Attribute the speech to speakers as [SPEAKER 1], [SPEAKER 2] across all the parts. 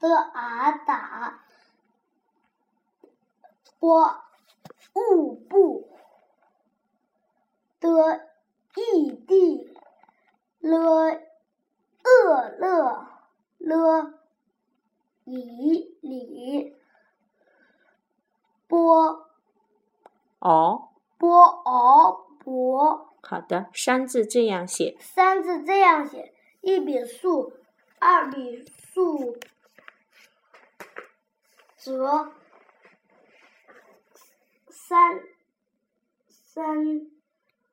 [SPEAKER 1] 的啊打波物不的异地了恶乐了以里波
[SPEAKER 2] 哦，
[SPEAKER 1] 波敖博。
[SPEAKER 2] 好的，山字这样写，
[SPEAKER 1] 三字这样写：一笔竖，二笔竖折，三三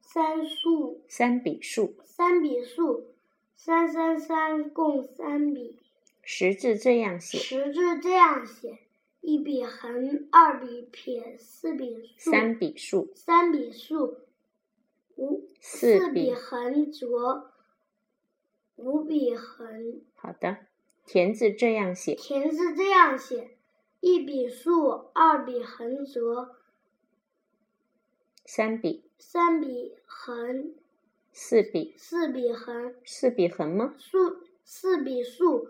[SPEAKER 1] 三竖，
[SPEAKER 2] 三笔竖。
[SPEAKER 1] 三笔竖，三三三共三笔。
[SPEAKER 2] 十字这样写，
[SPEAKER 1] 十字这样写：一笔横，二笔撇，四笔竖，
[SPEAKER 2] 三笔竖，
[SPEAKER 1] 三笔竖，五
[SPEAKER 2] 四
[SPEAKER 1] 笔
[SPEAKER 2] 笔。
[SPEAKER 1] 横折，五笔横。
[SPEAKER 2] 好的，田字这样写，
[SPEAKER 1] 田字这样写：一笔竖，二笔横折，
[SPEAKER 2] 三笔、
[SPEAKER 1] 三笔横，
[SPEAKER 2] 四笔、
[SPEAKER 1] 四笔横，
[SPEAKER 2] 四笔横吗？
[SPEAKER 1] 竖四笔竖，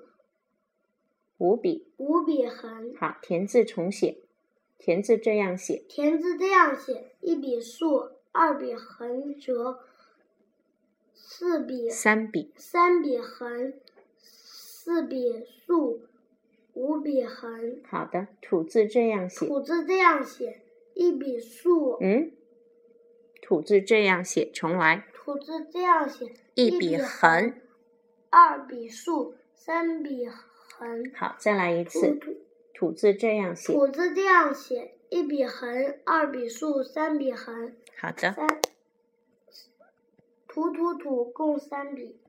[SPEAKER 2] 五笔。
[SPEAKER 1] 五笔横。
[SPEAKER 2] 好，田字重写，田字这样写，
[SPEAKER 1] 田字这样写：一笔竖，二笔横折，四笔
[SPEAKER 2] 三笔。
[SPEAKER 1] 三笔横，四笔竖，五笔横。
[SPEAKER 2] 好的，土字这样写，
[SPEAKER 1] 土字这样写：一笔竖，
[SPEAKER 2] 嗯，土字这样写，重来，
[SPEAKER 1] 土字这样写，
[SPEAKER 2] 一笔横。
[SPEAKER 1] 二笔竖，三笔横。
[SPEAKER 2] 好，再来一
[SPEAKER 1] 土
[SPEAKER 2] 次，土字这样写。
[SPEAKER 1] 土字这样写：一笔横，二笔竖，三笔横，
[SPEAKER 2] 好的，
[SPEAKER 1] 三土土土共三笔。